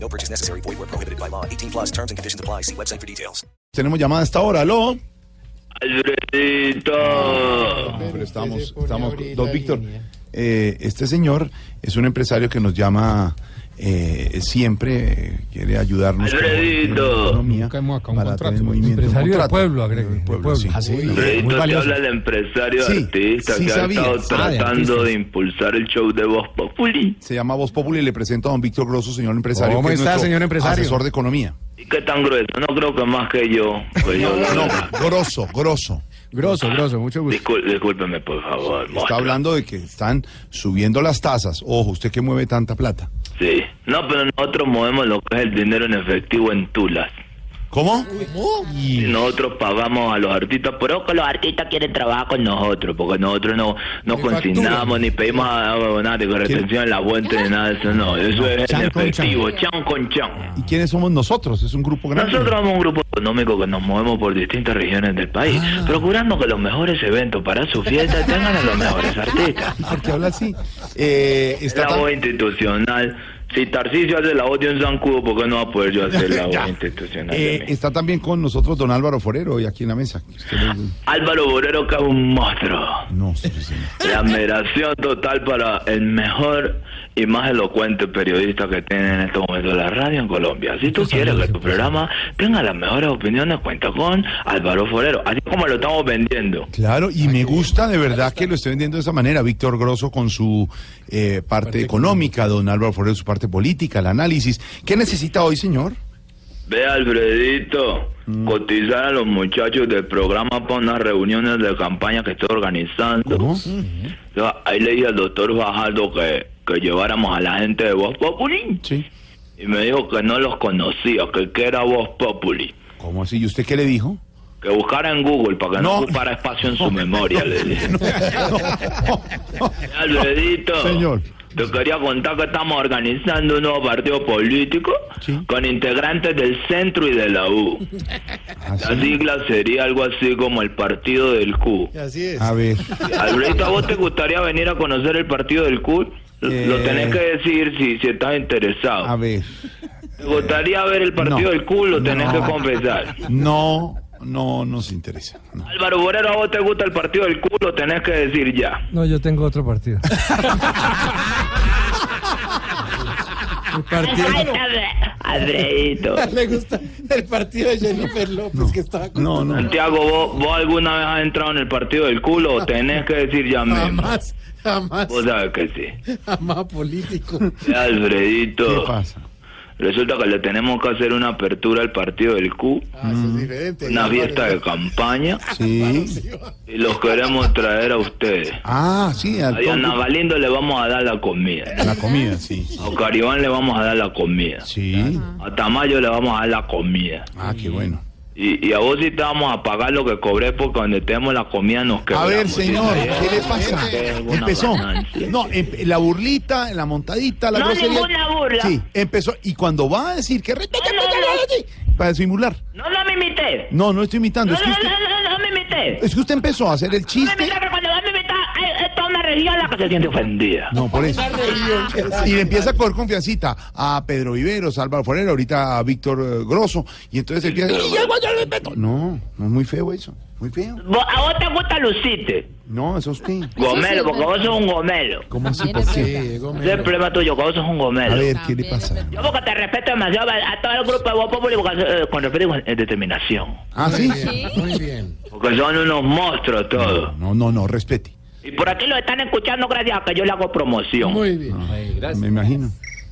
No purchase necessary. Void where prohibited by law. 18 plus terms and conditions apply. See website for details. Tenemos llamada a esta hora, ¿aló? Alfredito. Pero estamos, estamos, don Víctor, eh, este señor es un empresario que nos llama eh, siempre, eh, quiere ayudarnos con Alfredito. economía Nunca hemos acabado un para contrato, tener un movimiento, empresario del contrato. pueblo, agregue, Del del pueblo, pueblo. sí. Ah, sí, Muy Alfredito, te valioso. habla el empresario Sí, artista sí que ha sabía. estado Ah, de tratando artistas. de impulsar el show de Voz Populi. Se llama Voz Populi y le presento a don Víctor Grosso, señor empresario. ¿Cómo que es está, nuestro señor empresario? Asesor de economía. ¿Y qué tan grueso? No creo que más que yo. Pues yo No, grosso, grosso. Grosso, grosso, mucho gusto. Discul- discúlpeme, por favor. Está monstruo. hablando de que están subiendo las tasas. Ojo, usted que mueve tanta plata. Sí. No, pero nosotros movemos lo que es el dinero en efectivo en tulas. ¿Cómo? Y nosotros pagamos a los artistas, pero que los artistas quieren trabajar con nosotros, porque nosotros no, no consignamos ni pedimos a, a- nada de retención en la vuelta ni nada de eso, no. Eso es en Chan con chan. efectivo, chan con chan. ¿Y quiénes somos nosotros? Es un grupo grande. Nosotros somos un grupo económico que nos movemos por distintas regiones del país, procurando que los mejores eventos para su fiesta tengan a los mejores artistas. ¿Y por qué habla así? Eh, está La tan- voz institucional. Si Tarcisio hace la voz de un zancudo, ¿por qué no va a poder yo hacer la Ya. voz institucional? de Eh, mí? está también con nosotros don Álvaro Forero hoy aquí en la mesa. Usted lo- Álvaro Borero, que es un monstruo. No, sí, sí, señor. La admiración total para el mejor y más elocuente periodista que tiene en este momento la radio en Colombia. Si tú quieres que tu programa tenga las mejores opiniones, cuenta con Álvaro Forero, así como lo estamos vendiendo. Claro, y me gusta de verdad que lo esté vendiendo de esa manera, Víctor Grosso con su eh, parte económica, don Álvaro Forero su parte política, el análisis. ¿Qué necesita hoy, señor? Ve, Alfredito, cotizar a los muchachos del programa para unas reuniones de campaña que estoy organizando. Yo Ahí le dije al doctor Fajardo que, que lleváramos a la gente de Voz Populi Sí. y me dijo que no los conocía, que, que era Voz Populi. ¿Cómo así? ¿Y usted qué le dijo? Que buscara en Google para que no, No. ocupara espacio en su memoria, le dije. Alfredito, Señor. te quería contar que estamos organizando un nuevo partido político Sí. con integrantes del centro y de la U. ¿Ah, La sigla sería algo así como el partido del Q. A ver. Alfredito, ¿a vos te gustaría venir a conocer el partido del Q? Lo- Eh. Lo tenés que decir si, si estás A interesado. ver. ¿Te gustaría ver el partido No. del Q? Lo tenés No. que confesar. No, no nos interesa. no. Álvaro Borero, ¿a vos te gusta el partido del Q? Lo tenés que decir ya. No, yo tengo otro partido. Mi partido. Alfredito. Le gusta el partido de Jennifer López que estaba con No, no. Santiago, ¿vos, vos alguna vez has entrado en el partido del culo o tenés que decir ya mismo? jamás, jamás, Vos sabes que sí. jamás político. ¿Qué Alfredito, pasa? resulta que le tenemos que hacer una apertura al partido del Q, Ah, eso es diferente. una fiesta de campaña, Sí. y los queremos traer a ustedes. Ah, sí, al A Diana Galindo le vamos a dar la comida, la comida, sí. a Caribán le vamos a dar la comida, Sí. a Tamayo le vamos a dar la comida. Ah, qué bueno. Y, y a vos sí te vamos a pagar lo que cobré porque donde tenemos la comida nos A quedamos. ver, señor, ¿qué le pasa? Hay alguna Empezó. ganancia. No, em- la burlita, la montadita, la No, grosería. ninguna burla. Sí, empezó. Y cuando va a decir que respeta, No, no, para simular. No, no me imité. No, no estoy imitando. No, Es no, que no, usted, no, no, no me imité. es que usted empezó a hacer el No me chiste. imité, pero cuando vas a imitar, eh, eh, toda una región la que se siente ofendida. No, por eso. Y le empieza a coger confiancita a Pedro Viveros, a Álvaro Forero, ahorita a Víctor eh, Grosso. Y entonces empieza. "Y yo voy al respeto". No, no es muy feo eso. Muy feo. Vos- a vos te gusta lucirte. No, eso es que. Gomelo, porque vos sos un gomelo. ¿Cómo así? ¿Por qué? Ese es el problema tuyo, que vos sos un A gomelo. ver, ¿qué le pasa? Yo porque te respeto demasiado a, a todo el grupo de vos Populi, porque, eh, con respeto y con eh, determinación. Ah, sí. Muy bien. Porque son unos monstruos todos. No, no, no, respete. Y por aquí lo están escuchando gracias a que yo le hago promoción. Muy bien. Me imagino.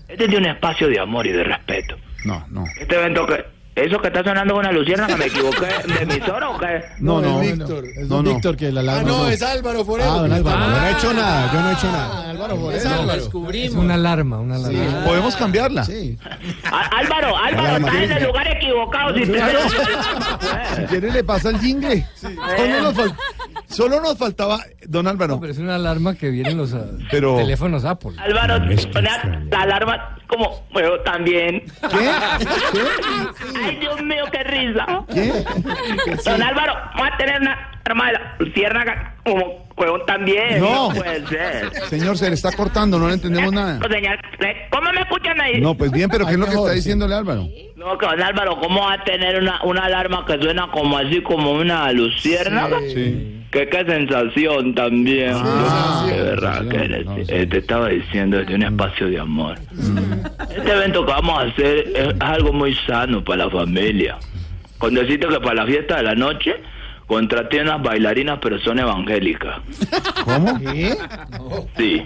Este es de un espacio de amor y de respeto. No, no. Este evento que... ¿Eso que está sonando con una lucierna que me equivoqué de emisora o qué? No, no. Es Víctor. Es No, don no. Víctor que la Ah, alarma. no, es Álvaro Forero. Ah, don Álvaro. Ah, Yo no he hecho nada. Yo no he hecho nada. Álvaro Forero. Es Álvaro. Es una alarma, una alarma. Podemos cambiarla. Sí. Á- Álvaro, Álvaro, estás en el lugar equivocado. Si te... Si quiere le pasa el jingle. Solo, nos fal- solo nos faltaba, don Álvaro. Pero es una alarma que vienen los ah, Pero- teléfonos Apple. Álvaro, la, la alarma como, bueno, también. ¿Qué? Ay, Dios mío, qué risa. ¿Qué? Don Álvaro, vamos a tener una arma de la luciérnaga como huevón también. No. puede ser. ¿Qué? Señor, se le está cortando, no le entendemos nada. No, señor, ¿Cómo me escuchan ahí? No, pues bien, pero ¿qué es lo que mejor, está sí. diciéndole Álvaro? No, que don Álvaro, ¿cómo va a tener una, una alarma que suena como así, como una luciérnaga? Sí. Que qué sensación también. Ah, de verdad, sensación. que eres- No, sí. Mm. eh, te estaba diciendo de un espacio de amor. Este evento que vamos a hacer es algo muy sano para la familia. Con decirte que para la fiesta de la noche contraté unas bailarinas, pero son evangélicas. ¿Cómo? Sí,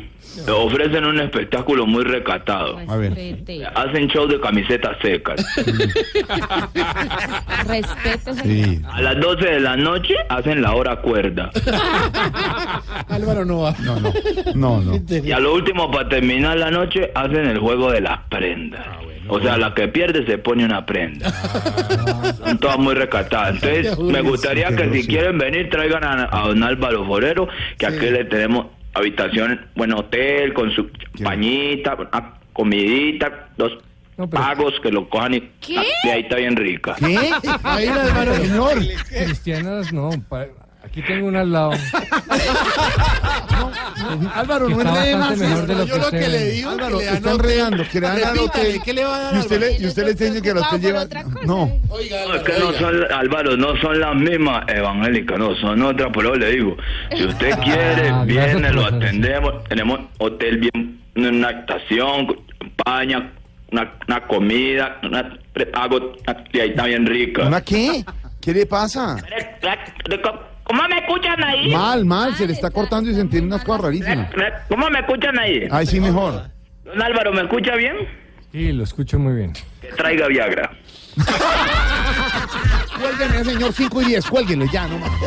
ofrecen un espectáculo muy recatado. A ver. Respete. Hacen show de camisetas secas. Respete. Sí. A las 12 de la noche hacen la hora cuerda. Álvaro no va. No, no. No, no. Y a lo último, para terminar la noche, hacen el juego de las prendas. Ah, o sea, la que pierde se pone una prenda. Ah, Son todas muy rescatadas. Entonces, me gustaría sí, que pero si sí. quieren venir, traigan a, a don Álvaro Forero, que aquí le tenemos habitación, buen hotel, con su pañita, una comidita, dos No, pero- pagos que lo cojan y, y ahí está bien rica. ¿Qué? Ahí el Álvaro, señor. Cristianas, no. pa- Aquí tengo una al lado. Álvaro Que no está enrede más bastante mejor de esto. lo Yo que lo que usted- le digo es que Álvaro, le te está anote. enredando. Que le dan al hotel. Repítale, ¿Qué le va a dar Y usted Álvaro? le, y usted le está diciendo que al hotel lleva. No. Oiga, No, es Álvaro, que no oiga. son, Álvaro, no son las mismas evangélicas, no, son otras, pero le digo, si usted quiere, Ah, gracias viene, lo por la aclaración. atendemos, tenemos hotel bien, una estación, paña, una, una comida, una prepago, una- y ahí está bien rica. ¿Una qué? ¿Qué le pasa? ¿Cómo me escuchan ahí? Mal, mal, se le está cortando y se entiende unas cosas rarísimas. ¿Cómo me escuchan ahí? Ay, sí, mejor. Don Álvaro, ¿me escucha bien? Sí, lo escucho muy bien. Que traiga Viagra. Cuélguenle, señor, 5 y 10, cuélguenle ya, no más.